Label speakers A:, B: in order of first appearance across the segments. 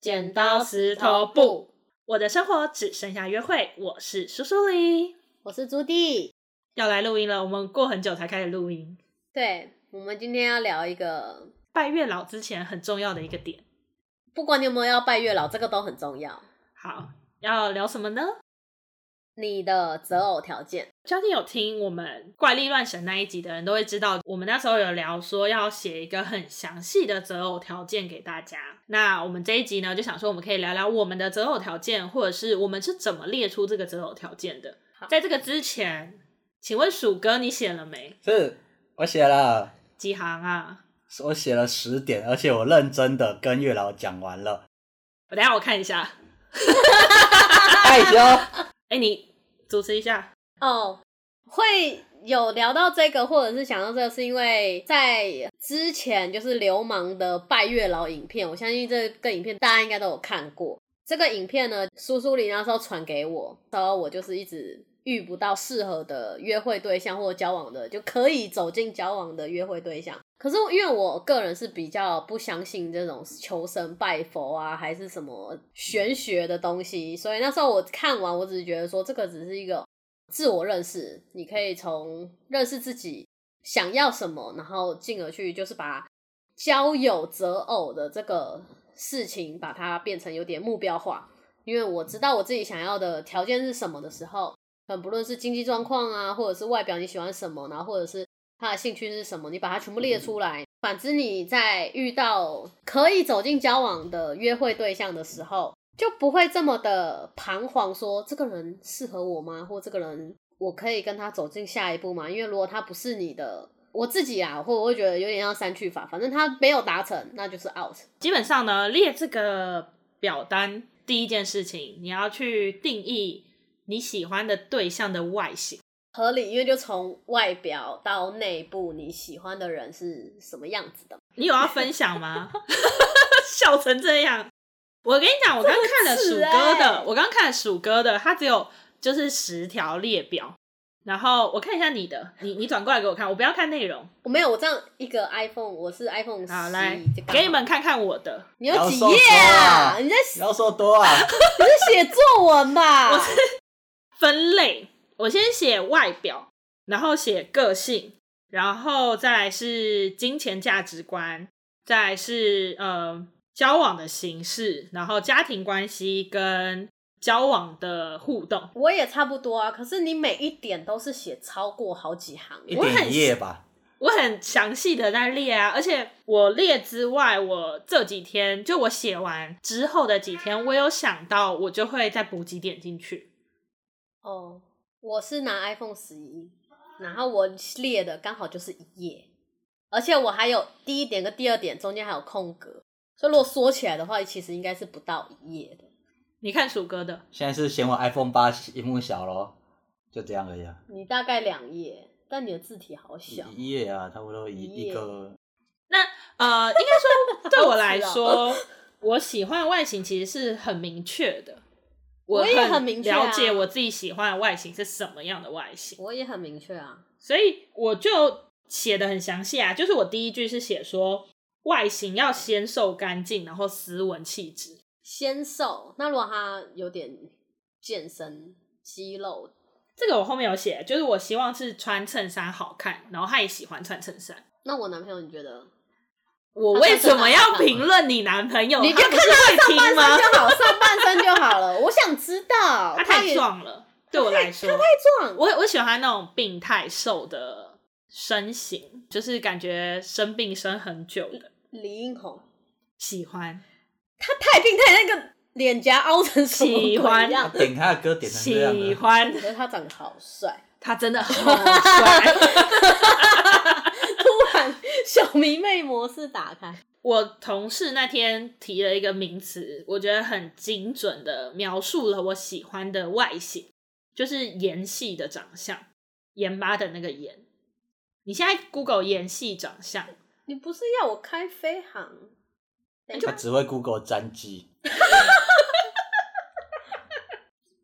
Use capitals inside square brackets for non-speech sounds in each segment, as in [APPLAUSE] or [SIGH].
A: 剪刀石头布，我的生活只剩下约会。我是苏苏黎，
B: 我是朱棣。
A: 要来录音了。我们过很久才开始录音，
B: 对，我们今天要聊一个，
A: 拜月老之前很重要的一个点。
B: 不管你有没有要拜月老，这个都很重要。
A: 好，要聊什么呢？
B: 你的择偶条件，
A: 相信有听我们怪力乱神那一集的人都会知道，我们那时候有聊说要写一个很详细的择偶条件给大家。那我们这一集呢，就想说我们可以聊聊我们的择偶条件，或者是我们是怎么列出这个择偶条件的
B: 好。
A: 在这个之前，请问鼠哥你写了没？
C: 是我写了，
A: 几行啊？
C: 我写了十点，而且我认真的跟月老讲
A: [LAUGHS]
C: 完了，
A: 我等一下我看一下。
C: 害羞。
A: 哎、你主持一下。
B: 哦，会有聊到这个，或者是想到这个，是因为在之前就是流氓的拜月老影片，我相信这个影片大家应该都有看过。这个影片呢，苏苏里那时候传给我，然后我就是一直遇不到适合的约会对象或交往的，就可以走进交往的约会对象。可是因为我个人是比较不相信这种求神拜佛啊，还是什么玄学的东西，所以那时候我看完，我只是觉得说这个只是一个自我认识，你可以从认识自己想要什么，然后进而去就是把交友择偶的这个事情，把它变成有点目标化。因为我知道我自己想要的条件是什么的时候，嗯，不论是经济状况啊，或者是外表你喜欢什么，然后或者是他的兴趣是什么，你把它全部列出来。反之，你在遇到可以走进交往的约会对象的时候，就不会这么的彷徨说这个人适合我吗？或这个人我可以跟他走进下一步吗？因为如果他不是你的，我自己啊，或我会觉得有点像删去法，反正他没有达成，那就是 out。
A: 基本上呢，列这个表单，第一件事情你要去定义你喜欢的对象的外形。
B: 合理，因为就从外表到内部，你喜欢的人是什么样子的嘛？
A: 你有要分享
B: [LAUGHS]
A: 吗？, [LAUGHS] 笑成这样，我跟你讲，我刚看了鼠哥
B: 这么
A: 的，
B: 耻欸
A: 我刚看了鼠哥的，他只有就是十条列表。然后我看一下你的，你你转过来给我看，我不要看内容。
B: 我没有，我这样一个 iPhone，我是 iPhone 十
A: 好，来
B: 一，
A: 给你，们看看我的。
B: 你有几页啊？
C: 不要说错啊
B: 你在
C: 不要说多
A: [LAUGHS]
C: 啊，
B: 你是写作文吧？
A: 我分类，我先写外表，然后写个性，然后再来是金钱价值观，再来是呃交往的形式，然后家庭关系跟交往的互动。
B: 我也差不多啊，可是你每一点都是写超过好几行，
C: 一
A: 我很
C: 点一页吧。
A: 我很详细的在列啊，而且我列之外，我这几天就我写完之后的几天，我有想到我就会再补几点进去。
B: 哦，我是拿 iPhone 十一，然后我列的刚好就是一页，而且我还有第一点跟第二点中间还有空格，所以如果缩起来的话，其实应该是不到一页的。
A: 你看鼠哥的，
C: 现在是嫌我 iPhone 八屏幕小咯，就这样而已啊。
B: 你大概两页，但你的字体好
C: 一
B: 小。
A: 嗯
C: 一页啊，差不多一
B: 一页
C: 一个。
A: 呃，应该
B: [LAUGHS]
A: 说对我来
B: 好迟哦
A: 说，我喜欢的外形其实是很明确的。
B: 我也
A: 很
B: 很明确啊
A: 了解我自己喜欢的外形是什么样的外形，
B: 我也很明确啊，
A: 所以我就写的很详细啊。就是我第一句是写说外形要纤瘦干净，然后斯文气质。
B: 纤瘦。那如果他有点健身肌肉，
A: 这个我后面有写，就是我希望是穿衬衫好看，然后他也喜欢穿衬衫。
B: 那我男朋友你觉得？
A: 我
B: 他穿
A: 为什么
B: 衬衫好
A: 要
B: 看吗
A: 评论你男朋友？
B: 你就
A: 他
B: 看
A: 不
B: 他
A: 是会
B: 的上半
A: 听吗？
B: 身就好，上半身就好了。我想知
A: 他
B: 道，也
A: 太壮了，对我来说，
B: 壮
A: 我我喜欢那种病态瘦的身形，就是感觉生病生很久的，
B: 李英红，
A: 喜欢
B: 他太病态，那个脸颊凹成什么
A: 喜欢
B: 鬼样？
C: 点开的歌点成这样啊
A: 喜
C: 的，
A: 欢
B: 我觉得他长得好帅，
A: 他真的好
C: [LAUGHS]
A: 帅。
B: 突然小迷妹模式打开，
A: 我同事那天提了一个名词，我觉得很精准的描述了我喜欢的外形，就是盐系的长相，盐巴的那个盐。你现在 Google 盐系长相，
B: 你不是要我开飞航？
C: 他只会 Google 战机，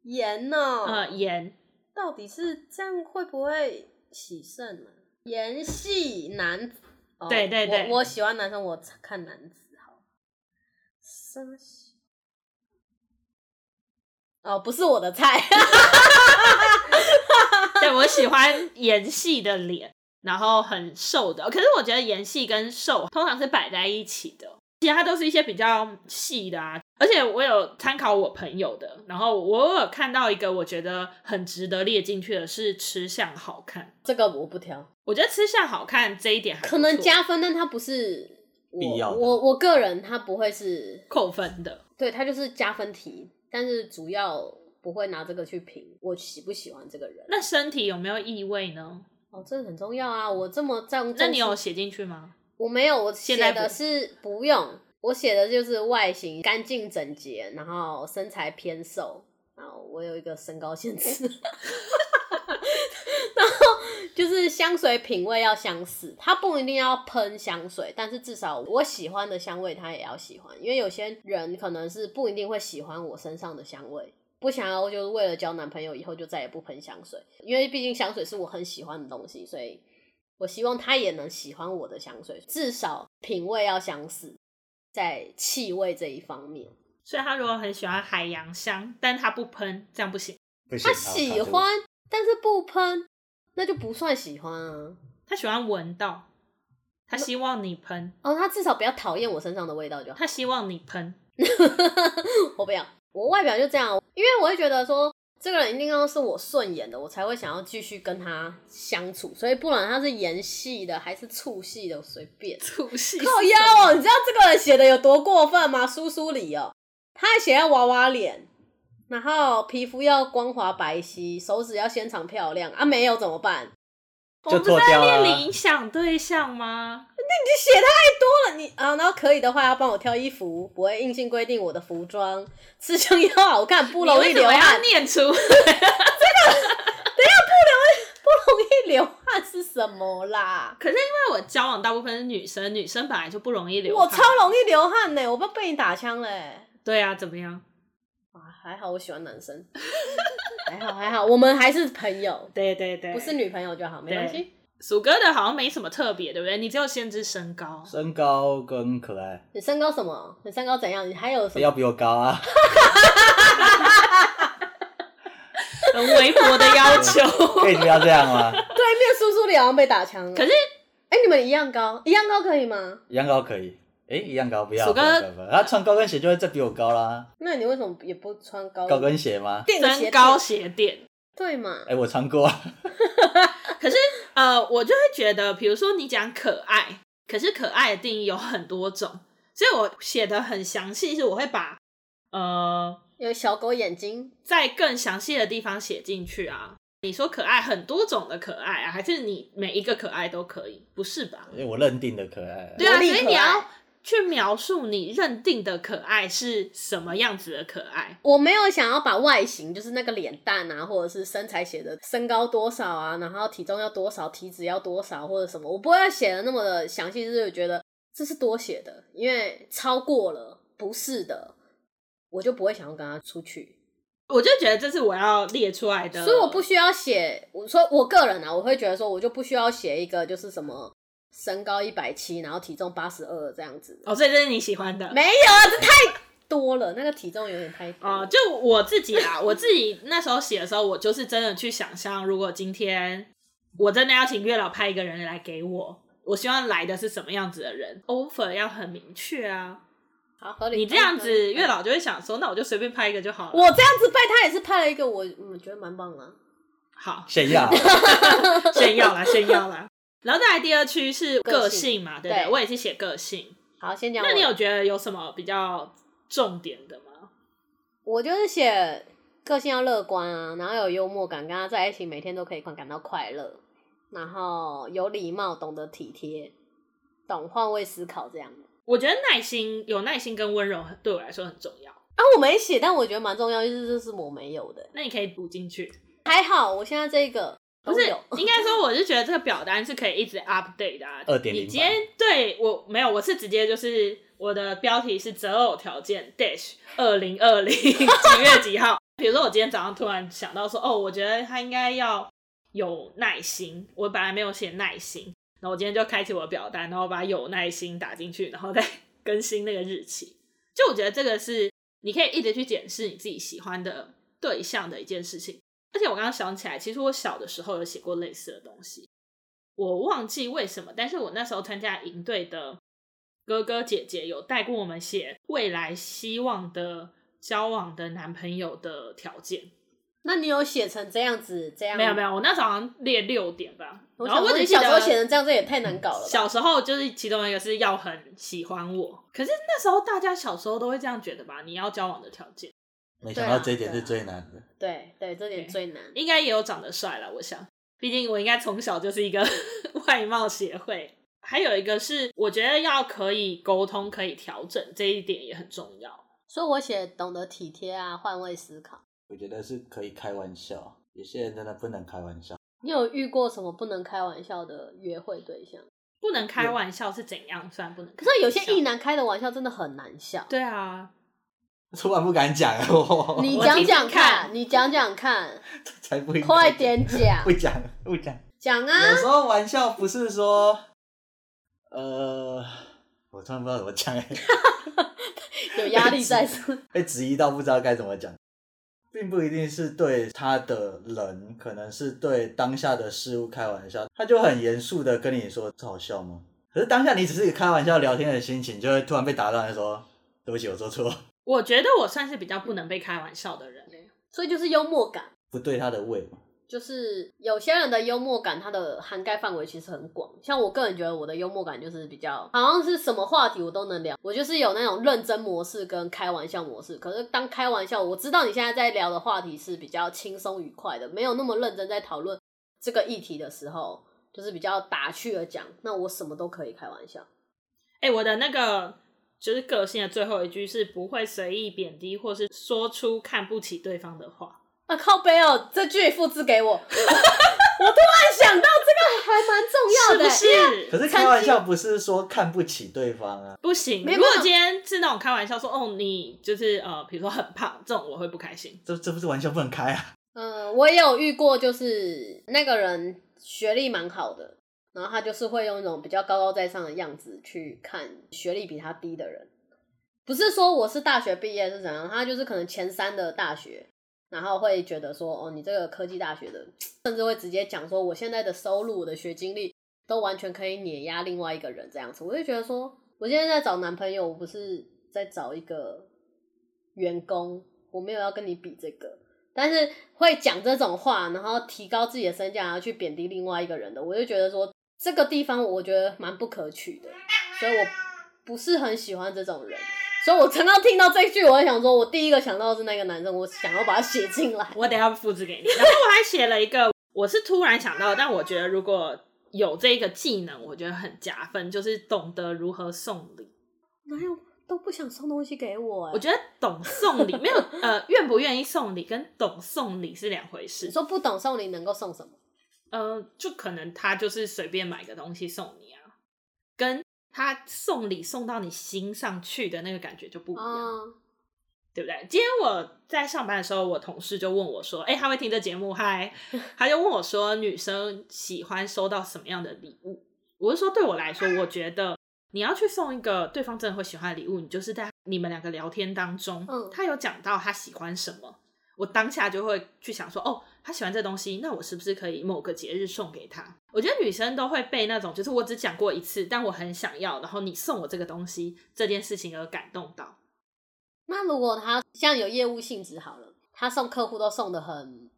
B: 盐哦、
A: 呃，盐
B: 到底是这样会不会喜肾呢、啊？盐系男子，哦
A: 对对对
B: 我我喜欢男生，我看男子好。三哦，不是我的菜， [LAUGHS]
A: 对我喜欢演戏的脸，然后很瘦的。可是我觉得演戏跟瘦通常是摆在一起的，其他都是一些比较细的啊。而且我有参考我朋友的，然后我有看到一个我觉得很值得列进去的是吃相好看。
B: 这个我不挑，
A: 我觉得吃相好看这一点还不
B: 可能
A: 错
B: 加分，但它不是我
C: 必要的
B: 我我个人它不会是，
A: 扣分的。
B: 对，它就是加分题，但是主要不会拿这个去评我喜不喜欢这个人。
A: 那身体有没有异味呢？
B: 哦，这个很重要啊！我这么重，
A: 那你
B: 重视
A: 有写进去吗？
B: 我没有，我
A: 现
B: 写
A: 在
B: 的
A: 不
B: 是不用，我写的就是外形干净整洁，然后身材偏瘦，然后我有一个身高限制， [LAUGHS] 然后就是香水品味要相似，它不一定要喷香水，但是至少我喜欢的香味它也要喜欢，因为有些人可能是不一定会喜欢我身上的香味。不想要，就是为了交男朋友，以后就再也不喷香水，因为毕竟香水是我很喜欢的东西，所以我希望他也能喜欢我的香水，至少品味要相似，在气味这一方面，
A: 所以他如果很喜欢海洋香，但他不喷，这样不行。
C: 不行，
B: 他喜
C: 哦就
B: 欢，但是不喷，那就不算喜欢啊。
A: 他喜欢闻到，他希望你喷，
B: 哦，他至少不要讨厌我身上的味道就好。
A: 他希望你
B: [LAUGHS]
A: 喷。
B: 我不要，我外表就这样，哦因为我会觉得说，这个人一定要是我顺眼的，我才会想要继续跟他相处。所以不管他是颜系的还是醋系的，我随便。
A: 粗细
B: 靠腰哦！你知道这个人写的有多过分吗？苏苏里哦，他还写要娃娃脸，然后皮肤要光滑白皙，手指要纤长漂亮啊，没有怎么办？
A: 哦我们
C: 就
A: 不
C: 做
A: 是在
C: 掉了
A: 列
C: 啊。
A: 理想对象吗？
B: 你写太多了，你啊，然后可以的话要帮我挑衣服，不会硬性规定我的服装，吃相要好看，不容易
A: 你为什
B: 流
A: 么
B: 汗
A: 要，念出 [LAUGHS]
B: 不容易流汗是什么啦？
A: 可是因为我交往大部分是女生，女生本来就不容易流汗。
B: 我超容易流汗呢、我不被你打枪嘞、
A: 对啊，怎么样？
B: 啊，还好我喜欢男生， [LAUGHS] 还好还好，我们还是朋友，
A: 对对对
B: 不是女朋友就好，没关
A: 对
B: 系。
A: 鼠哥的，好像没什么特别，对不对？你只有限制身高。 [LAUGHS]
C: 身高跟可爱，
B: 你身高什么？你身高怎样？你还有什
C: 要
B: 么？
C: 比我高啊！ [LAUGHS]
A: 很微薄的要求。
B: [LAUGHS]
C: 可以不要这样吗？
B: 对面叔叔脸好像被打枪了。
A: 可是，
B: 哎、你们一样高，一样高可以吗？
C: 一样高可以，诶，一样高不要。
A: 鼠
C: 不要
A: 哥
C: 不要不要他穿高跟鞋就会再比我高啦。
B: 那你为什么也不穿高
C: 高跟鞋吗？
B: 垫
A: 增高？鞋垫，
B: 对嘛？
C: 诶，我穿过啊。
A: 可是呃，我就会觉得，比如说你讲可爱，可是可爱的定义有很多种，所以我写的很详细，是我会把呃
B: 有小狗眼睛，
A: 在更详细的地方写进去啊。你说可爱很多种的可爱啊，还是你每一个可爱都可以？不是吧？
C: 因为我认定的可爱啊。
A: 对啊，所
B: 嗯萝莉
A: 以
B: 可
A: 你
B: 爱
A: 要去描述你认定的可爱是什么样子的可爱。
B: 我没有想要把外形，就是那个脸蛋啊，或者是身材写的身高多少啊，然后体重要多少，体脂要多少或者什么，我不会写的那么的详细，就是觉得这是多写的，因为超过了不是的，我就不会想要跟他出去。
A: 我就觉得这是我要列出来的，
B: 所以我不需要写，我说我个人啊，我会觉得说，我就不需要写一个就是什么身高一百七，然后体重八十二这样子。
A: 哦，所以这是你喜欢的，
B: 没有啊，这太多了，那个体重有点太多。
A: 哦，就我自己啦，我自己那时候写的时候，我就是真的去想象，如果今天我真的要请月老派一个人来给我，我希望来的是什么样子的人，offer 要很明确啊。
B: 好合理。
A: 你这样
B: 合理
A: 子，月，老就会想说，那我就随便拍一个就好了。
B: 我这样子拜他也是派了一个我，嗯，觉得蛮棒的啊。
A: 好
C: 炫耀啊，
A: 炫耀啦，炫耀啦。然后再来第二区是
B: 个
A: 个
B: 性
A: 性嘛，对不对？
B: 对
A: 我也是写个性。
B: 好，先讲我。
A: 那你有觉得有什么比较重点的吗？
B: 我就是写个性要乐观啊，然后有幽默感，跟他在一起每天都可以感到快乐，然后有礼貌，懂得体贴，懂换位思考这样啊子。
A: 我觉得耐心，有耐心跟温柔很对我来说很重要。
B: 啊，我没写，但我觉得蛮重要，就是这是我没有的。
A: 那你可以补进去。
B: 还好，我现在这个
A: 不
B: 都
A: 是
B: 有，
A: 应该说，我是觉得这个表单是可以一直 update 的、啊。
C: 2.0
A: 你今天对我没有，我是直接就是我的标题是择偶条件 dash 二零二零几月几号。比如说，我今天早上突然想到说，哦，我觉得他应该要有耐心。我本来没有写耐心，然后我今天就开启我的表单，然后把有耐心打进去，然后再 [LAUGHS] 更新那个日期。就我觉得这个是你可以一直去检视你自己喜欢的对象的一件事情。而且我刚刚想起来，其实我小的时候有写过类似的东西，我忘记为什么，但是我那时候参加营队的哥哥姐姐有带过我们写未来希望的交往的男朋友的条件。
B: 那你有写成这样子？这样
A: 没有没，有，我那时候好像列六点吧，
B: 我
A: 然后
B: 想
A: 我
B: 说
A: 只
B: 你
A: 记得
B: 小时候写成这样，这也太难搞了吧。
A: 小时候就是其中一个是要很喜欢我，可是那时候大家小时候都会这样觉得吧？你要交往的条件，
C: 没
B: [LAUGHS]
C: 想
B: 对
C: 到
B: 啊
C: 这一点
B: 对
C: 是
B: 啊
C: 最难的。
B: 对对，这点
A: 对
B: 最难。
A: 应该也有长得帅了，我想，毕竟我应该从小就是一个 [LAUGHS] 外貌协会。还有一个是，我觉得要可以沟通、可以调整这一点也很重要。
B: 所以我写懂得体贴啊，换位思考。
C: 我觉得是可以开玩笑，有些人真的不能开玩笑。 [LAUGHS]
B: 你有遇过什么不能开玩笑的约会对象？
A: 不能开玩笑是怎样算不能？
B: 可是有些异，男开的玩笑真的很难笑。
A: 对啊，
C: 突然不敢讲了，我
B: 你
A: 我
B: 讲
A: 听听
B: 讲
A: 看
B: 看，你讲讲看，
C: 才不应该
B: 快点讲
C: 不讲不讲。
B: 讲
C: 有
B: 啊！
C: 时候玩笑不是说，呃，我突然不知道怎么讲、欸，
B: 有压力在身，
C: 被质疑到不知道该怎么讲，并不一定是对他的人，可能是对当下的事物开玩笑，他就很严肃的跟你说这好笑吗？可是当下你只是以开玩笑聊天的心情，就会突然被打断，说对不起，我做错了，
A: 我觉得我算是比较不能被开玩笑的人、欸、
B: 所以就是幽默感。
C: 不对他的胃嘛。
B: 就是有些人的幽默感，它的涵盖范围其实很广。像我个人觉得我的幽默感就是比较，好像是什么话题我都能聊。我就是有那种认真模式跟开玩笑模式。可是当开玩笑，我知道你现在在聊的话题是比较轻松愉快的，没有那么认真在讨论这个议题的时候，就是比较打趣的讲。那我什么都可以开玩笑。
A: 哎、我的那个就是个性的最后一句是不会随意贬低或是说出看不起对方的话。
B: 啊靠背哦，这句复制给我。 [LAUGHS] 我突然想到这个还蛮重要的、
A: 是不是？
C: 可是开玩笑不是说看不起对方啊，
A: 不行，
B: 没有
A: 如果
B: 办法
A: 今天是那种开玩笑说哦，你就是呃，比如说很胖这种，我会不开心。
C: 这这不是玩笑不能开啊。
B: 嗯，我也有遇过，就是那个人学历蛮好的，然后他就是会用一种比较高高在上的样子去看学历比他低的人。不是说我是大学毕业是怎样，他就是可能前三的大学，然后会觉得说，哦，你这个科技大学的，甚至会直接讲说，我现在的收入、我的学经历都完全可以碾压另外一个人这样子。我就觉得说，我现在在找男朋友，我不是在找一个员工，我没有要跟你比这个。但是会讲这种话，然后提高自己的身价，然后去贬低另外一个人的，我就觉得说这个地方我觉得蛮不可取的，所以我不是很喜欢这种人。所以我刚刚听到这句，我就想说，我第一个想到的是那个男生，我想要把他写进来。
A: 我等一下复制给你。然后我还写了一个，我是突然想到，但我觉得如果有这个技能，我觉得很加分，就是懂得如何送礼。
B: 哪有都不想送东西给我、欸？
A: 我觉得懂送礼没
B: [LAUGHS]
A: 有呃，愿不愿意送礼跟懂送礼是两回事
B: 你。说不懂送礼能够送什么？
A: 呃，就可能他就是随便买个东西送你啊，跟他送礼送到你心上去的那个感觉就不一样。
B: 哦，
A: 对不对？今天我在上班的时候，我同事就问我说：“哎、他会听这节目嗨？”他就问我说：“女生喜欢收到什么样的礼物？”我是说，对我来说，我觉得你要去送一个对方真的会喜欢的礼物，你就是在你们两个聊天当中，
B: 嗯
A: 他有讲到他喜欢什么，我当下就会去想说：“哦，他喜欢这东西，那我是不是可以某个节日送给他？”我觉得女生都会被那种就是我只讲过一次，但我很想要，然后你送我这个东西这件事情而感动到。
B: 那如果他像有业务性质好了，他送客户都送的很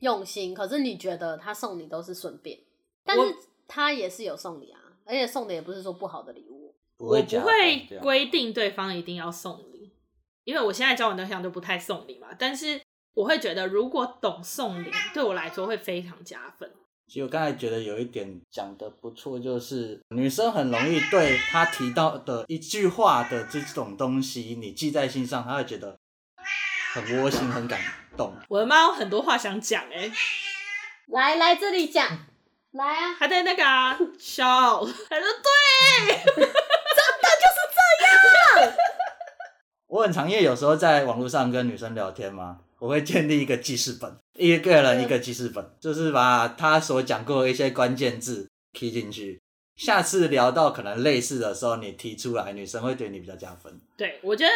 B: 用心，可是你觉得他送你都是顺便，但
A: 我
B: 是他也是有送你啊，而且送的也不是说不好的礼物。
C: 不
A: 我
C: 会
A: 不
C: 讲，
A: 会
C: 这样
A: 规定对啊方一定要送礼，因为我现在交往对象就不太送礼嘛。但是我会觉得，如果懂送礼，对我来说会非常加分。
C: 其实我刚才觉得有一点讲的不错，就是女生很容易对她提到的一句话的这种东西，你记在心上，她会觉得很窝心、很感动。
A: 我的妈有很多话想讲哎、欸，
B: 来来这里讲，来啊，
A: 还在那个啊
C: [LAUGHS]
A: 笑，他说对， [LAUGHS]
C: 我很常因为有时候在网络上跟女生聊天嘛，我会建立一个记事本，一个人一个记事本，就是把她所讲过的一些关键字 key 进去。下次聊到可能类似的时候，你提出来，女生会对你比较加分。
A: 对我觉得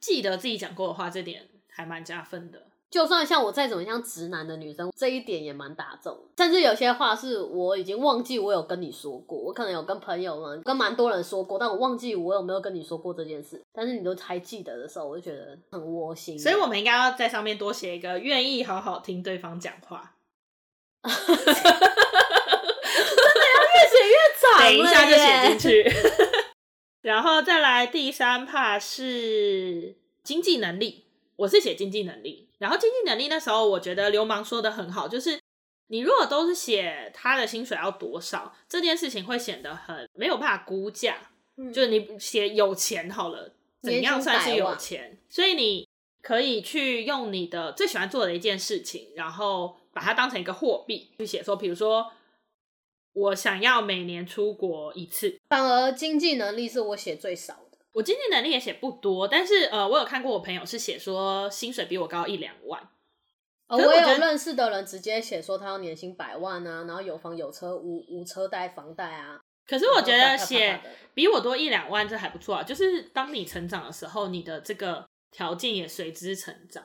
A: 记得自己讲过的话，这点还蛮加分的。
B: 就算像我再怎么像直男的女生，这一点也蛮打中。甚至有些话是我已经忘记我有跟你说过，我可能有跟朋友们、跟蛮多人说过，但我忘记我有没有跟你说过这件事。但是你都还记得的时候，我就觉得很窝心。
A: 所以我们应该要在上面多写一个愿意好好听对方讲 [LAUGHS] 话。等
B: 越写
A: 一
B: 越
A: 下
B: 长了
A: 就写
B: 耶
A: 进。去。 [LAUGHS] 然后再来第三 part 是经济能力，我是写经济能力。然后经济能力那时候我觉得流氓说的很好，就是你如果都是写他的薪水要多少，这件事情会显得很没有办法估价。
B: 嗯
A: 就是你写有钱好了，怎
B: 年
A: 样
B: 薪
A: 算
B: 百
A: 是有
B: 万
A: 钱？所以你可以去用你的最喜欢做的一件事情，然后把它当成一个货币去写说，比如说我想要每年出国一次。
B: 反而经济能力是我写最少的。
A: 我经济能力也写不多，但是呃，我有看过我朋友是写说薪水比我高一两万，
B: 哦、
A: 可是
B: 我
A: 我觉
B: 有
A: 得
B: 认识的人直接写说他要年薪百万啊，然后有房有车，无无车贷、房贷啊。
A: 可
B: 其
A: 是我觉得写比我多一两万这还不错啊，就是当你成长的时候，你的这个条件也随之成长。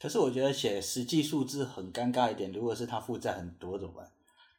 C: 可是我觉得写实际数字很尴尬一点，如果是他负债很多怎么办？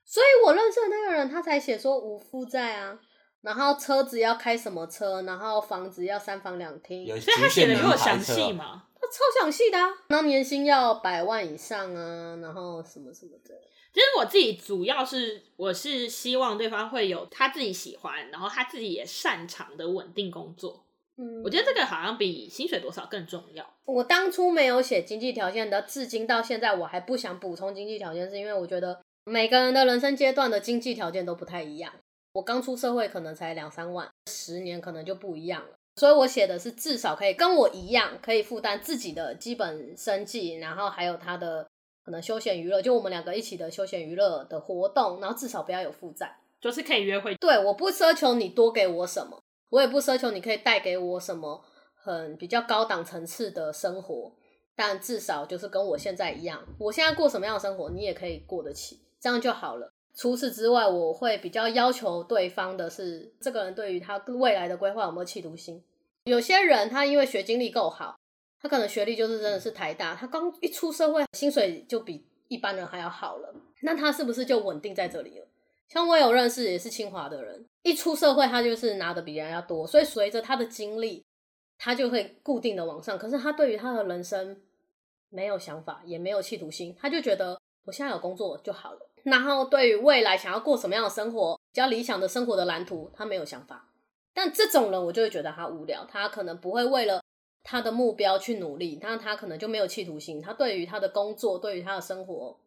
B: 所以我认识的那个人，他才写说无负债啊，然后车子要开什么车，然后房子要三房两厅，
C: 有
A: 所以他
C: 局
A: 写
C: 限
A: 的
C: 名
A: 比我
C: 牌
A: 详
C: 车
A: 细
C: 哦，
A: 嘛，
B: 他超详细的、啊，然后年薪要百万以上啊，然后什么什么的。
A: 其实我自己主要是我是希望对方会有他自己喜欢，然后他自己也擅长的稳定工作。
B: 嗯，
A: 我觉得这个好像比薪水多少更重要。
B: 我当初没有写经济条件的，至今到现在我还不想补充经济条件，是因为我觉得每个人的人生阶段的经济条件都不太一样。我刚出社会可能才两三万，十年可能就不一样了。所以我写的是至少可以跟我一样，可以负担自己的基本生计，然后还有他的可能休闲娱乐，就我们两个一起的休闲娱乐的活动，然后至少不要有负债。
A: 就是可以约会，
B: 对，我不奢求你多给我什么，我也不奢求你可以带给我什么很比较高档层次的生活，但至少就是跟我现在一样，我现在过什么样的生活，你也可以过得起，这样就好了。除此之外，我会比较要求对方的是，这个人对于他未来的规划有没有企图心。有些人他因为学经历够好，他可能学历就是真的是台大，他刚一出社会，薪水就比一般人还要好了，那他是不是就稳定在这里了？像我有认识也是清华的人，一出社会他就是拿的比人家多，所以随着他的经历，他就会固定的往上。可是他对于他的人生没有想法，也没有企图心，他就觉得我现在有工作就好了。然后对于未来想要过什么样的生活，比较理想的生活的蓝图，他没有想法。但这种人我就会觉得他无聊，他可能不会为了他的目标去努力，那他可能就没有企图心，他对于他的工作，对于他的生活，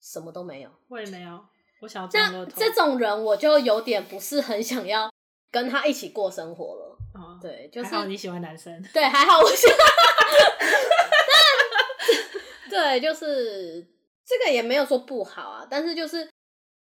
B: 什么都没有。
A: 我也没有，我想要中
B: 那
A: 乐透
B: 这种人我就有点不是很想要跟他一起过生活了。
A: 啊，
B: 对，就是
A: 还好你喜欢男生，
B: 对，还好我想， [LAUGHS] 但对，就是这个也没有说不好啊，但是就是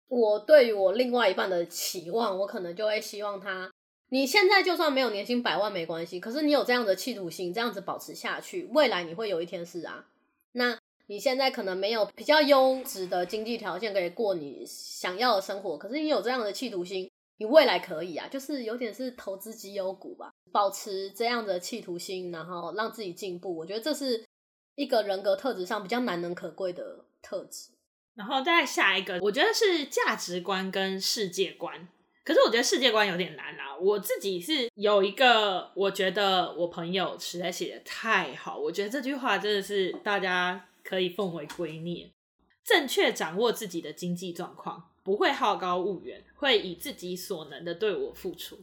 B: 我对于我另外一半的期望，我可能就会希望他。你现在就算没有年薪百万没关系，可是你有这样的企图心，这样子保持下去，未来你会有一天是啊。那你现在可能没有比较优质的经济条件可以过你想要的生活，可是你有这样的企图心，你未来可以啊，就是有点是投资绩优股吧，保持这样的企图心，然后让自己进步，我觉得这是一个人格特质上比较难能可贵的特质。
A: 然后再下一个，我觉得是价值观跟世界观。可是我觉得世界观有点难啊，我自己是有一个，我觉得我朋友实在写的太好，我觉得这句话真的是大家可以奉为圭臬。正确掌握自己的经济状况，不会好高骛远，会以自己所能的对我付出。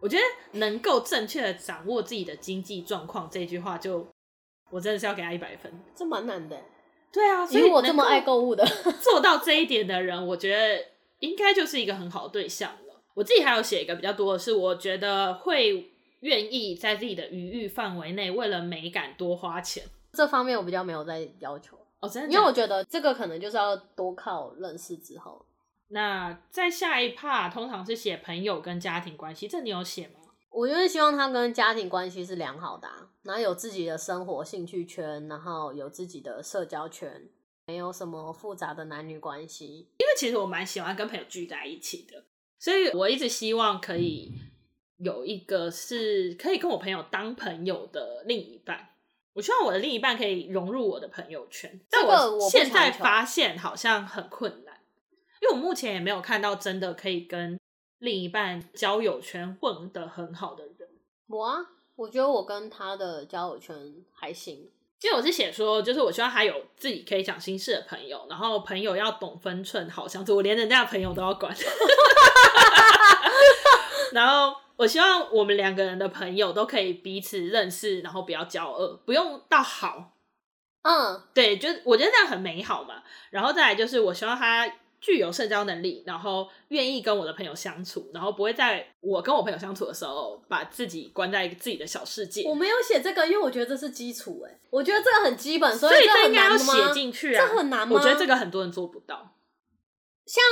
A: 我觉得能够正确的掌握自己的经济状况这句话就，我真的是要给他一百分。
B: 这蛮难的，
A: 对啊，所
B: 以
A: 以
B: 我
A: 能
B: 这么
A: 够
B: 爱购物的， [LAUGHS]
A: 做到这一点的人，我觉得应该就是一个很好的对象了。我自己还有写一个比较多的是，我觉得会愿意在自己的余裕范围内，为了美感多花钱。
B: 这方面我比较没有在要求，
A: 哦，真的
B: 因为
A: 假的
B: 我觉得这个可能就是要多靠认识之后。
A: 那在下一 part 通常是写朋友跟家庭关系，这你有写吗？
B: 我就是希望他跟家庭关系是良好的、啊，然后有自己的生活兴趣圈，然后有自己的社交圈，没有什么复杂的男女关系。
A: 因为其实我蛮喜欢跟朋友聚在一起的，所以我一直希望可以有一个是可以跟我朋友当朋友的另一半。我希望我的另一半可以融入我的朋友圈，但
B: 这个我不
A: 现在
B: 强求
A: 发现好像很困难，因为我目前也没有看到真的可以跟另一半交友圈混得很好的人。
B: 我啊，我觉得我跟他的交友圈还行，
A: 其实我是写说，就是我希望他有自己可以讲心事的朋友，然后朋友要懂分寸，好相处。我连人家的朋友都要管。 [LAUGHS] 然后我希望我们两个人的朋友都可以彼此认识，然后不要骄傲，不用到好。
B: 嗯，
A: 对，就是我觉得这样很美好嘛。然后再来就是，我希望他具有社交能力，然后愿意跟我的朋友相处，然后不会在我跟我朋友相处的时候，把自己关在自己的小世界。
B: 我没有写这个，因为我觉得这是基础、哎，我觉得这个很基本，所
A: 所以
B: 这
A: 这
B: 很
A: 应该要
B: 难吗？
A: 写进去啊，
B: 这很难吗
A: 我觉得这个很多人做不到。
B: 像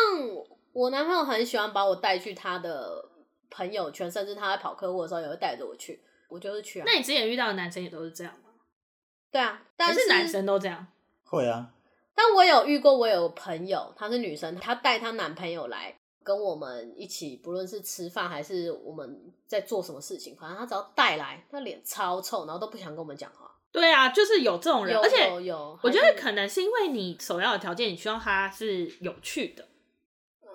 B: 我男朋友很喜欢把我带去他的朋友圈，甚至他在跑客户的时候也会带着我去，我就是去啊。
A: 那你之前遇到的男生也都是这样吗？
B: 对啊，
A: 还
B: 但
A: 是男，生都这样？
C: 会 [LAUGHS] 啊，
B: 但我有遇过，我有朋友她是女生，她带她男朋友来跟我们一起，不论是吃饭还是我们在做什么事情，反正她只要带来，她脸超臭，然后都不想跟我们讲话。
A: 对啊，就是有这种人，
B: 有
A: 而且
B: 有有，
A: 我觉
B: 还
A: 得
B: 是
A: 可能是因为你首要的条件，你希望他是有趣的。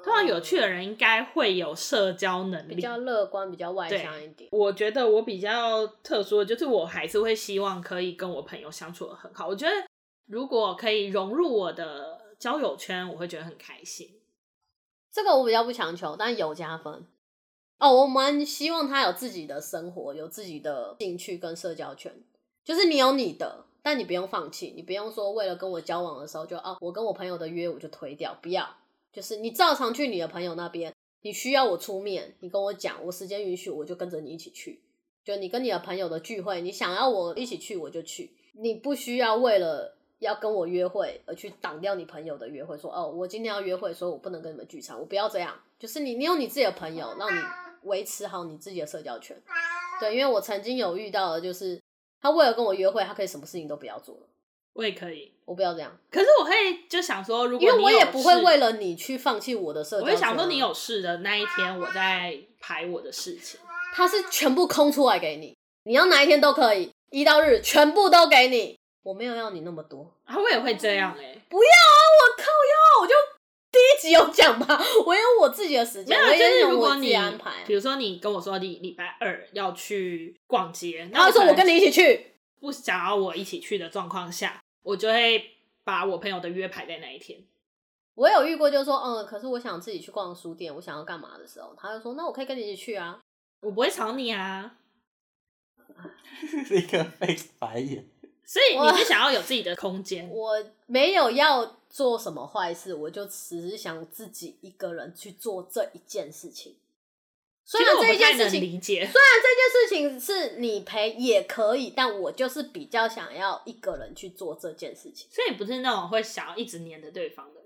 A: 通常有趣的人应该会有社交能
B: 嗯比
A: 力。
B: 较乐观，比较外向一点。
A: 我觉得我比较特殊的就是，我还是会希望可以跟我朋友相处的很好。我觉得如果可以融入我的交友圈，我会觉得很开心。
B: 这个我比较不强求，但有加分。哦，我蛮希望他有自己的生活，有自己的兴趣跟社交圈，就是你有你的，但你不用放弃，你不用说为了跟我交往的时候就啊，我跟我朋友的约我就推掉，不要，就是你照常去你的朋友那边，你需要我出面，你跟我讲，我时间允许，我就跟着你一起去。就你跟你的朋友的聚会，你想要我一起去我就去，你不需要为了要跟我约会而去挡掉你朋友的约会，说哦，我今天要约会，所以我不能跟你们聚餐，我不要这样。就是你，你有你自己的朋友，让你维持好你自己的社交圈。对，因为我曾经有遇到的，就是他为了跟我约会，他可以什么事情都不要做了，
A: 我也可以，
B: 我不要这样，
A: 可是我会就想说，如果
B: 因为
A: 你
B: 我也
A: 有
B: 不会
A: 事
B: 为了你去放弃我的社交
A: 我
B: 圈啊。
A: 就想说，你有事的那一天，我在排我的事情。
B: 他是全部空出来给你，你要哪一天都可以，一到日全部都给你。我没有要你那么多，
A: 啊，我也会这样哎、
B: 不要啊！我靠腰，我就第 [LAUGHS] 一集有讲吧，我有我自己的时
A: 没
B: 间，
A: 有，啊就
B: 我也
A: 是
B: 有啊
A: 如
B: 我
A: 果
B: 自
A: 你
B: 己安排。啊
A: 比如说你跟我说你礼拜二要去逛街，
B: 然后说我跟
A: 你
B: 你一起去，
A: 不想要我一起去的状况下，我就会把我朋友的约排在那一天。
B: 我有遇过，就是说，嗯，可是我想自己去逛书店，我想要干嘛的时候，他就说，那我可以跟你一起去啊。
A: 我不会吵你啊，
C: 立刻被白眼。
A: 所以
B: 哇
A: 你是想要有自己的空间。
B: 我没有要做什么坏事，我就只是想自己一个人去做这一件事情。 [LAUGHS] 虽然
A: 其实
B: 这
A: 我
B: 一
A: 不
B: 件
A: 太
B: 事
A: 能
B: 情
A: 理解，
B: 虽然这件事情是你陪也可以，但我就是比较想要一个人去做这件事情，
A: 所以你不是那种会想要一直黏着对方的。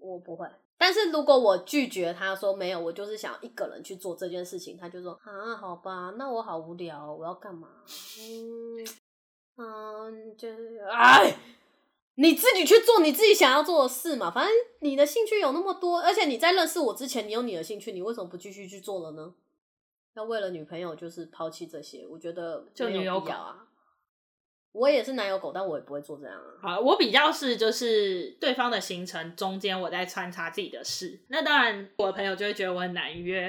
B: 我不会。但是如果我拒绝他说没有，我就是想一个人去做这件事情，他就说啊，好吧，那我好无聊哦，我要干嘛？嗯嗯，就是哎，你自己去做你自己想要做的事嘛，反正你的兴趣有那么多，而且你在认识我之前，你有你的兴趣，你为什么不继续去做了呢？要为了女朋友就是抛弃这些，我觉得
A: 就
B: 没有
A: 女友
B: 必
A: 狗
B: 要啊。我也是男友狗，但我也不会做这样啊。
A: 好，我比较是就是对方的行程中间，我在穿插自己的事。那当然，我的朋友就会觉得我很难约。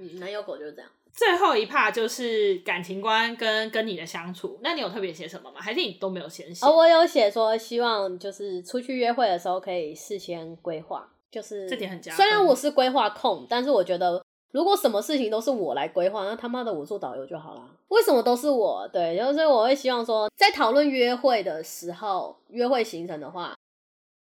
B: 嗯，男友狗就是这样。
A: 最后一 part 就是感情观跟跟你的相处，那你有特别写什么吗？还是你都没有先写？
B: 哦，我有写说希望就是出去约会的时候可以事先规划，就是
A: 这点很加
B: 虽然
A: 分
B: 我是规划控，但是我觉得如果什么事情都是我来规划，那他妈的我做导游就好啦。为什么都是我？对，就是我会希望说，在讨论约会的时候，约会行程的话，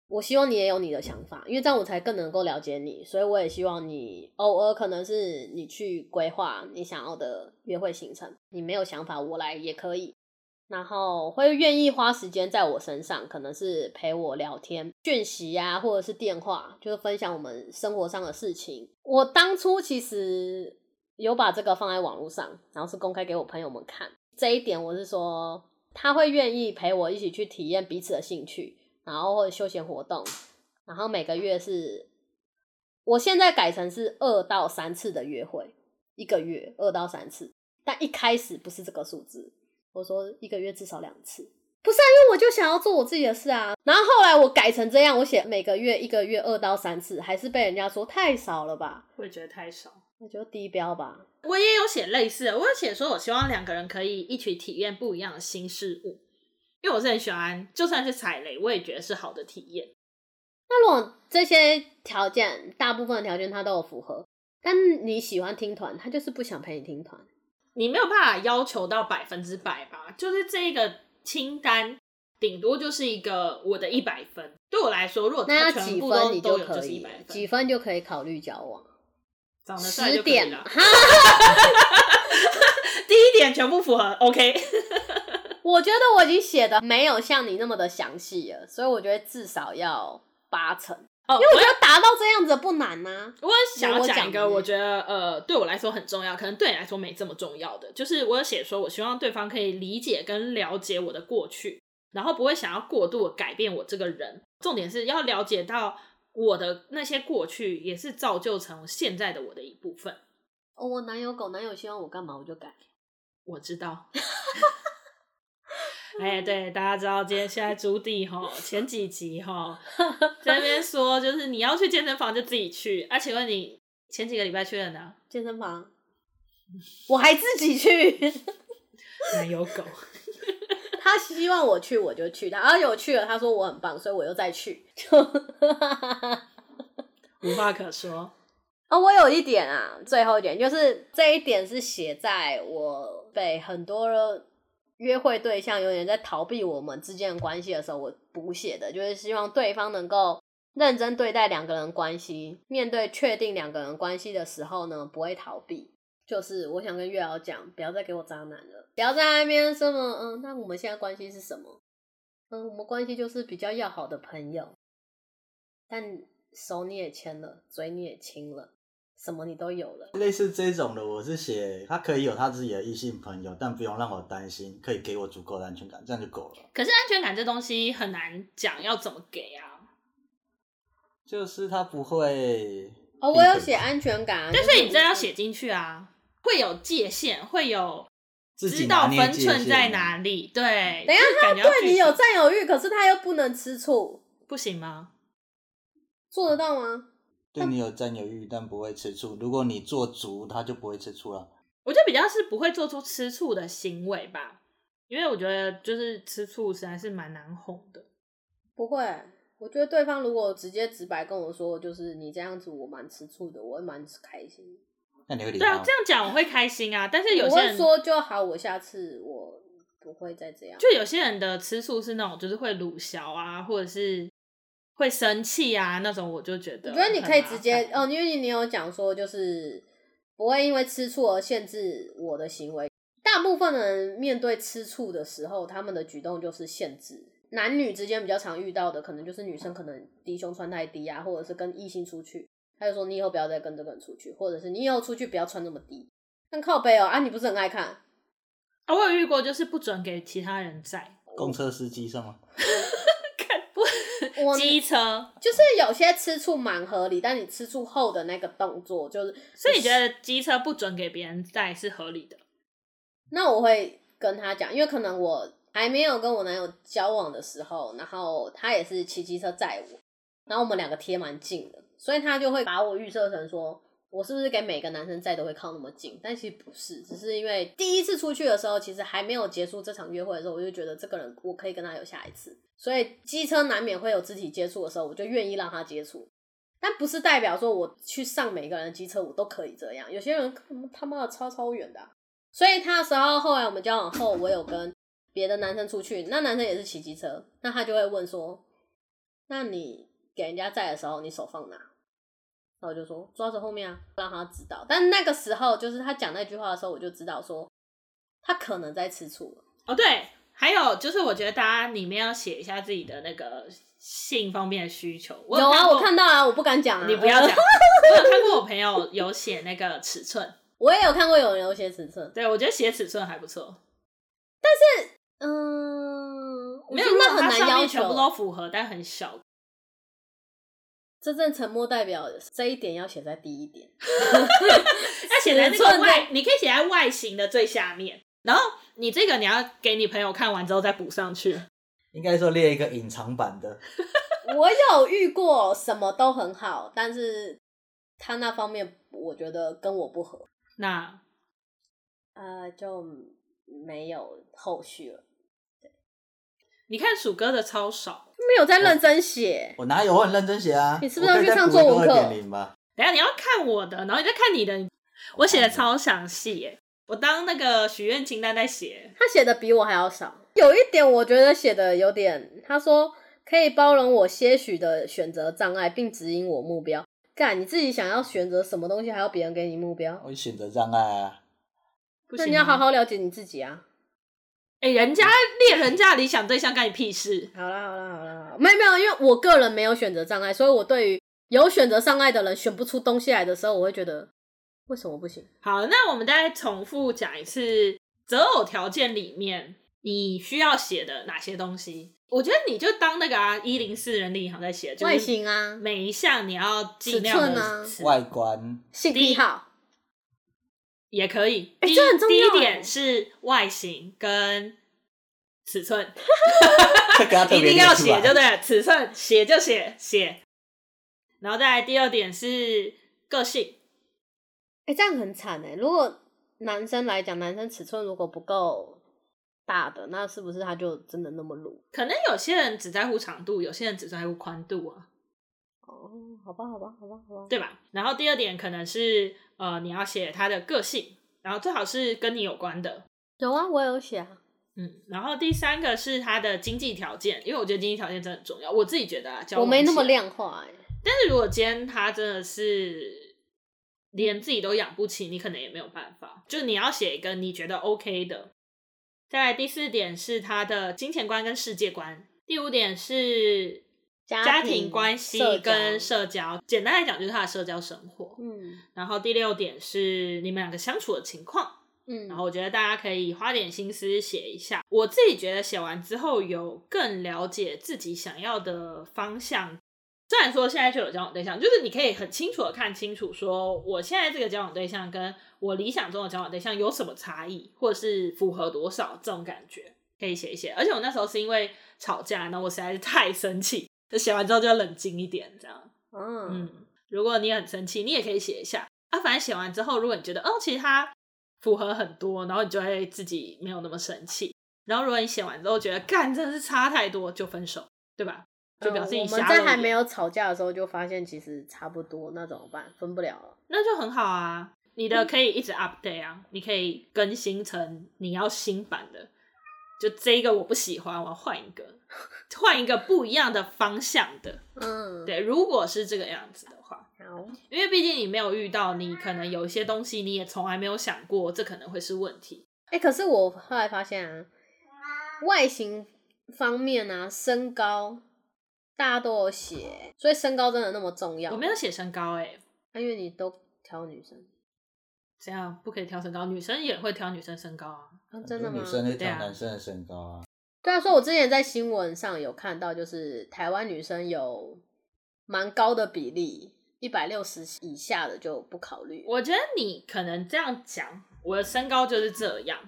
B: 我希望你也有你的想法，因为这样我才更能够了解你。所以我也希望你偶尔可能是你去规划你想要的约会行程，你没有想法我来也可以。然后会愿意花时间在我身上，可能是陪我聊天、讯息啊，或者是电话，就是分享我们生活上的事情。我当初其实有把这个放在网络上，然后是公开给我朋友们看。这一点我是说，他会愿意陪我一起去体验彼此的兴趣，然后或者休闲活动，然后每个月是，我现在改成是二到三次的约会，一个月二到三次，但一开始不是这个数字，我说一个月至少两次。不是啊，因为我就想要做我自己的事啊。然后后来我改成这样，我写每个月一个月二到三次，还是被人家说太少了吧？
A: 我也觉得太少。
B: 我觉得低标吧。
A: 我也有写类似的，我有写说我希望两个人可以一起体验不一样的新事物，因为我是很喜欢，就算是踩雷，我也觉得是好的体验。
B: 那如果这些条件，大部分的条件他都有符合，但你喜欢听团，他就是不想陪你听团。
A: 哦你没有办法要求到百分之百吧？就是这个清单，顶多就是一个我的一百分。对我来说，如果
B: 那
A: 他
B: 要
A: 全
B: 几
A: 部
B: 分
A: 都
B: 你
A: 都有，就
B: 可
A: 是一
B: 以
A: 百，分，
B: 几分就可以考虑交往？
A: 长得帅
B: 十
A: 就可以
B: 点
A: 了。 [LAUGHS]
B: 哈，
A: 第一点全部符合，OK。
B: 我觉得我已经写的没有像你那么的详细了，所以我觉得至少要八成，
A: 哦，
B: 因为我觉得达到这样子的不难啊呐、
A: 我想要讲一
B: 我
A: 个，
B: 讲
A: 我觉得呃，对我来说很重要，可能对你来说没这么重要的，就是我有写说，我希望对方可以理解跟了解我的过去，然后不会想要过度地改变我这个人。重点是要了解到我的那些过去，也是造就成现在的我的一部分。
B: 哦，我男友狗男友希望我干嘛我就改，
A: 我知道。 [LAUGHS] 哎、对，大家知道今天现在朱棣哈，前几集哈，在那边说就是你要去健身房就自己去。啊，请问你前几个礼拜去了哪？
B: 健身 [LAUGHS] 房，我还自己去。 [LAUGHS]
A: 男友狗。
B: 他希望我去，我就去。然后有去了，他说我很棒，所以我又再去。 [LAUGHS] 就
A: 无话可说。
B: 啊，我有一点啊，最后一点就是这一点是写在我被很多约会对象有点在逃避我们之间的关系的时候，我补写的，就是希望对方能够认真对待两个人关系，面对确定两个人关系的时候呢，不会逃避。就是我想跟月瑶讲，不要再给我渣男了，不要在那边什么嗯，那我们现在关系是什么？嗯，我们关系就是比较要好的朋友，但手你也牵了，嘴你也亲了，什么你都有了。
C: 类似这种的，我是写他可以有他自己的异性朋友，但不用让我担心，可以给我足够的安全感，这样就够了。
A: 可是安全感这东西很难讲要怎么给啊。
C: 就是他不会
B: 哦，我有写安全感啊，
A: 但
B: 就是
A: 你这要写进去啊，会有界限，会有
C: 自己
A: 知
C: 拿
A: 道
C: 捏
A: 分
C: 界限啊
A: 寸在哪里。对，
B: 嗯等一下
A: 就是感觉要
B: 对你
A: 具体
B: 有占有欲，可是他又不能吃醋，
A: 不行吗？
B: 做得到吗？
C: 对你有占有欲，但不会吃醋。如果你做足，他就不会吃醋了。
A: 我就比较是不会做出吃醋的行为吧，因为我觉得就是吃醋实在是蛮难哄的。
B: 不会，我觉得对方如果直接直白跟我说，就是你这样子，我蛮吃醋的，我会蛮开心。
C: 那你会理
A: 对
C: 他
A: 啊
C: 吗？，
A: 这样讲我会开心啊，但是有
B: 我
A: 些
B: 会
A: 人
B: 说就好，我下次我不会再这样。
A: 就有些人的吃醋是那种就是会鲁小啊，或者是会生气啊那种，我就觉得
B: 我觉得你可以直接
A: 很麻
B: 哦，
A: 烦
B: 因为你有讲说就是不会因为吃醋而限制我的行为。大部分人面对吃醋的时候，他们的举动就是限制。男女之间比较常遇到的，可能就是女生可能低胸穿太低啊，或者是跟异性出去，他就说你以后不要再跟这个人出去，或者是你以后出去不要穿那么低。但靠背哦、啊，你不是很爱看？
A: 啊，我有遇过，就是不准给其他人载
C: 公车司机上吗？
B: 我
A: 机车，
B: 就是有些吃醋蛮合理，但你吃醋后的那个动作就是
A: 所以你觉得机车不准给别人载是合理的？
B: 那我会跟他讲，因为可能我还没有跟我男友交往的时候，然后他也是骑机车载我，然后我们两个贴蛮近的，所以他就会把我预设成说。我是不是给每个男生载都会靠那么近？但其实不是，只是因为第一次出去的时候，其实还没有结束这场约会的时候，我就觉得这个人我可以跟他有下一次，所以机车难免会有肢体接触的时候，我就愿意让他接触。但不是代表说我去上每个人的机车我都可以这样，有些人他妈的超超远的啊、所以他那时候后来我们交往后，我有跟别的男生出去，那男生也是骑机车，那他就会问说：“那你给人家载的时候，你手放哪？”然后我就说抓着后面啊，让他知道。但那个时候就是他讲那句话的时候，我就知道说他可能在吃醋了。
A: 哦，对，还有就是我觉得大家里面要写一下自己的那个性方面的需求。我
B: 有啊，
A: 过嗯
B: 我看到啊，我不敢讲啊，
A: 你不要讲，我有看过我朋友有写那个尺寸，
B: [LAUGHS] 我也有看过有人有写尺寸，
A: 对我觉得写尺寸还不错。
B: 嗯，我
A: 没
B: 觉
A: 有，
B: 得那
A: 如果
B: 很
A: 它
B: 难
A: 上面
B: 要
A: 全部都
B: 求。
A: 符合，但很小
B: 真正沉默代表这一点要写在第一点。
A: 它写在那
B: 尺寸
A: 个
B: 的
A: 外，你可以写在外形的最下面，然后你这个你要给你朋友看完之后再补上去。
C: 应该说列一个隐藏版的，
B: 我有遇过什么都很好，但是他那方面我觉得跟我不合，
A: 那
B: 呃，就没有后续了，
A: 你看鼠哥的超少，
B: 没有在认真写。
C: 我哪有我很认真写啊？
B: 你是不是要去上作文课
C: 点零吧？
A: 等一下你要看我的，然后你再看你的，我写的超详细耶，我当那个许愿清单在写，
B: 他写的比我还要少。有一点我觉得写的有点，他说可以包容我些许的选择障碍，并指引我目标。干，你自己想要选择什么东西，还要别人给你目标？
C: 我选择障碍啊，
A: 不
B: 那
A: 行
B: 你要好好了解你自己啊！
A: 哎、人家列人家的理想对象干你屁事？
B: 好啦好啦好啦，好啦没有没有，因为我个人没有选择障碍，所以我对于有选择障碍的人选不出东西来的时候，我会觉得为什么不行？
A: 好，那我们再重复讲一次择偶条件里面你需要写的哪些东西？我觉得你就当那个啊一零四人力银行在写，就
B: 外
A: 是
B: 形啊，
A: 每一项你要尽量
B: 尺寸啊
A: 的尺
C: 外观
B: 性癖好，
A: 也可以。
B: 哎
A: 第一
B: 这很重要
A: 第一
B: 哎
A: 点是外形跟尺寸，
C: [LAUGHS] 这个要特
A: 一
C: 别
A: 定要
C: 列出来
A: 写，就对，尺寸写就写写。然后再来第二点是个性，
B: 哎、这样很惨哎、如果男生来讲，男生尺寸如果不够大的，那是不是他就真的那么鲁？
A: 可能有些人只在乎长度，有些人只在乎宽度啊。
B: 哦，好吧，好吧，好吧，好吧。
A: 对吧？然后第二点可能是呃，你要写他的个性，然后最好是跟你有关的，
B: 有啊，我有写啊。
A: 嗯。然后第三个是他的经济条件，因为我觉得经济条件真的很重要，我自己觉得啊，交
B: 我
A: 往
B: 没那么
A: 前。
B: 量化哎、
A: 但是如果今天他真的是连自己都养不起，你可能也没有办法。就是你要写一个你觉得 OK 的。再来第四点是他的金钱观跟世界观，第五点是
B: 家
A: 家
B: 庭
A: 庭关系
B: 社
A: 跟
B: 交
A: 社交。简单来讲，就是他的社交生活。
B: 嗯
A: 然后第六点是你们两个相处的情况，
B: 嗯，
A: 然后我觉得大家可以花点心思写一下。我自己觉得写完之后有更了解自己想要的方向。虽然说现在就有交往对象，就是你可以很清楚的看清楚，说我现在这个交往对象跟我理想中的交往对象有什么差异，或者是符合多少这种感觉，可以写一写。而且我那时候是因为吵架，然后我实在是太生气，就写完之后就要冷静一点，这样。
B: 嗯，
A: 嗯，如果你很生气，你也可以写一下啊。反正写完之后，如果你觉得哦，其实它符合很多，然后你就会自己没有那么生气。然后如果你写完之后觉得干真的是差太多，就分手，对吧？就表示
B: 嗯
A: 你
B: 我们
A: 瞎
B: 在
A: 了
B: 还
A: 眼
B: 没有吵架的时候就发现其实差不多，那怎么办？分不了了。
A: 那就很好啊。你
B: 嗯
A: 的可以一直 update 啊，你可以更新成你要新版的。就这一个我不喜欢，我要换一个，换一个不一样的方向的。
B: 嗯，，
A: 对，如果是这个样子的话，
B: 好，
A: 因为毕竟你没有遇到，你可能有一些东西你也从来没有想过，这可能会是问题。
B: 哎、可是我后来发现啊，外形方面啊，身高大家都有写，所以身高真的那么重要？
A: 我没有写身高、欸，哎，
B: 啊，因为你都挑女生，啊
A: 这样不可以挑身高，女生也会挑女生身高啊。
B: 啊、
C: 很多
B: 真的吗
C: 女？生会
A: 对
C: 挑
A: 啊
C: 男生的身高啊，
B: 对啊，所以我之前在新闻上有看到，就是台湾女生有蛮高的比例，一百六十以下的就不考虑。
A: 我觉得你可能这样讲，我的身高就是这样。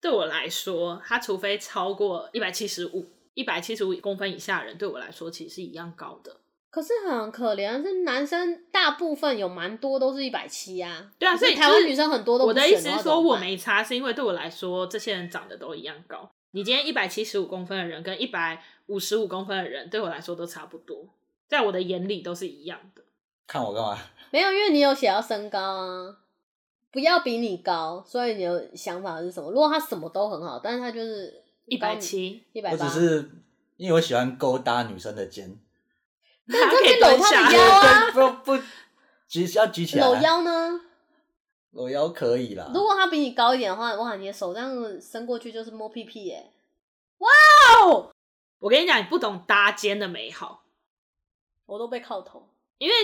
A: 对我来说，它除非超过一百七十五、一百七十五公分以下的人，对我来说其实是一样高的。
B: 可是很可怜，啊是男生大部分有蛮多都是一百七啊。
A: 对啊，
B: 可
A: 所
B: 是
A: 以
B: 台
A: 就
B: 湾
A: 是
B: 女生很多都不
A: 我的
B: 选
A: 意思是
B: 然后
A: 说
B: 怎么
A: 我
B: 办
A: 没差，是因为对我来说这些人长得都一样高。你今天一百七十五公分的人跟一百五十五公分的人，对我来说都差不多，在我的眼里都是一样的。
C: 看我干嘛？
B: 没有，因为你有写到身高啊，不要比你高，所以你的想法是什么？如果他什么都很好，但是他就是
A: 一百，
B: [LAUGHS]
A: 七，
B: 一百
C: 我
B: 八
C: 只，是因为我喜欢勾搭女生的肩，
A: 那
B: 你
A: 可
B: 这
A: 以
B: 边搂
A: 蹲
B: 他的
A: 下。
B: 腰啊，
C: 对，不不举要举起来，啊
B: 搂腰呢？
C: 搂腰可以啦。
B: 如果他比你高一点的话，哇，你的手这样子伸过去就是摸屁屁耶、哦
A: 我跟你讲，你不懂搭肩的美好，
B: 我都被靠头。
A: 因为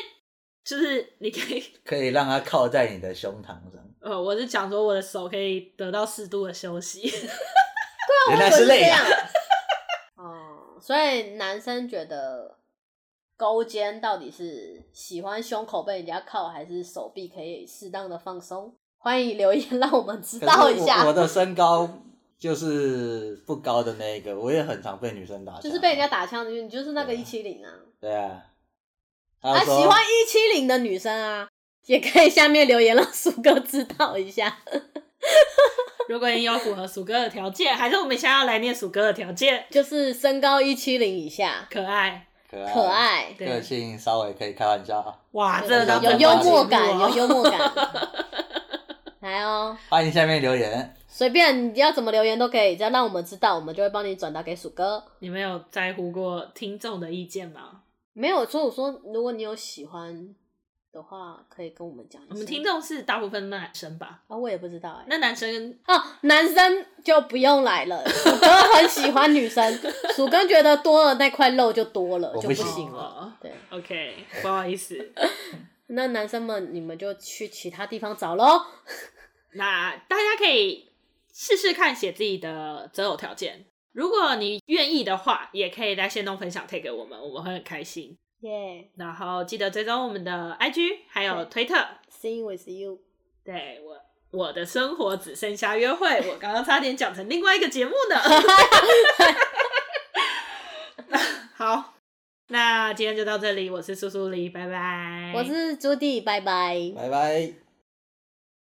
A: 就是你可以，
C: 可以让它靠在你的胸膛上，
A: 呃，我是讲说我的手可以得到适度的休息。 [LAUGHS]
C: 原来
B: 我以
C: 是
B: 为这
C: 累
B: 样 [LAUGHS]
C: 啊。。
B: 哦，所以男生觉得勾肩到底是喜欢胸口被人家靠，还是手臂可以适当的放松？欢迎留言让我们知
C: 可是
B: 道一
C: 我
B: 下
C: 我。的身高就是不高的那一个，我也很常被女生打枪，
B: 就是被人家打枪的，你就是那个一七零啊。
C: 对啊，
B: 啊，
C: 他
B: 喜
C: 说、
B: 欢一七零的女生啊，也可以下面留言让苏哥知道一下。 [LAUGHS]
A: 如果你有符合鼠哥的条件，还是我们现在要来念鼠哥的条件，
B: 就是身高一七零以下，
A: 可爱，
C: 可爱，
B: 可爱，
A: 对
C: 个性稍微可以开玩笑啊，
A: 哇，
B: 有
A: 这当
B: 有
A: 真
B: 幽
A: 当
B: 默
A: 真
B: 感，
A: 哦
B: 有幽默感。
A: [LAUGHS]
B: 来哦，
C: 欢迎下面留言，
B: 随便你要怎么留言都可以，只要让我们知道，我们就会帮你转达给鼠哥。
A: 你们有在乎过听众的意见吗？
B: 没有，所以我说，如果你有喜欢的话，可以跟我们讲一下。
A: 我们听众是大部分男生吧？
B: 啊，我也不知道哎、
A: 那男生
B: 哦，男生就不用来了。鼠哥很喜欢女 [LAUGHS] 生，鼠哥觉得多了那块肉就多了，
C: 我
B: 就
C: 不
B: 不
C: 行
B: 行了。
A: 了。
B: 对，
A: OK，不好意思。 [LAUGHS]
B: 那男生们你们就去其他地方找喽。
A: 那大家可以试试看写自己的择偶条件，如果你愿意的话，也可以在线动分享推给我们，我们会很开心。
B: 耶、
A: 然后记得追踪我们的 IG 还有推特。
B: s i n g with you。
A: 对我，我的生活只剩下约会，我刚刚差点讲成另外一个节目呢。 [LAUGHS] 好，那今天就到这里，我是苏苏黎，拜拜。
B: 我是朱棣，拜拜。
C: 拜拜。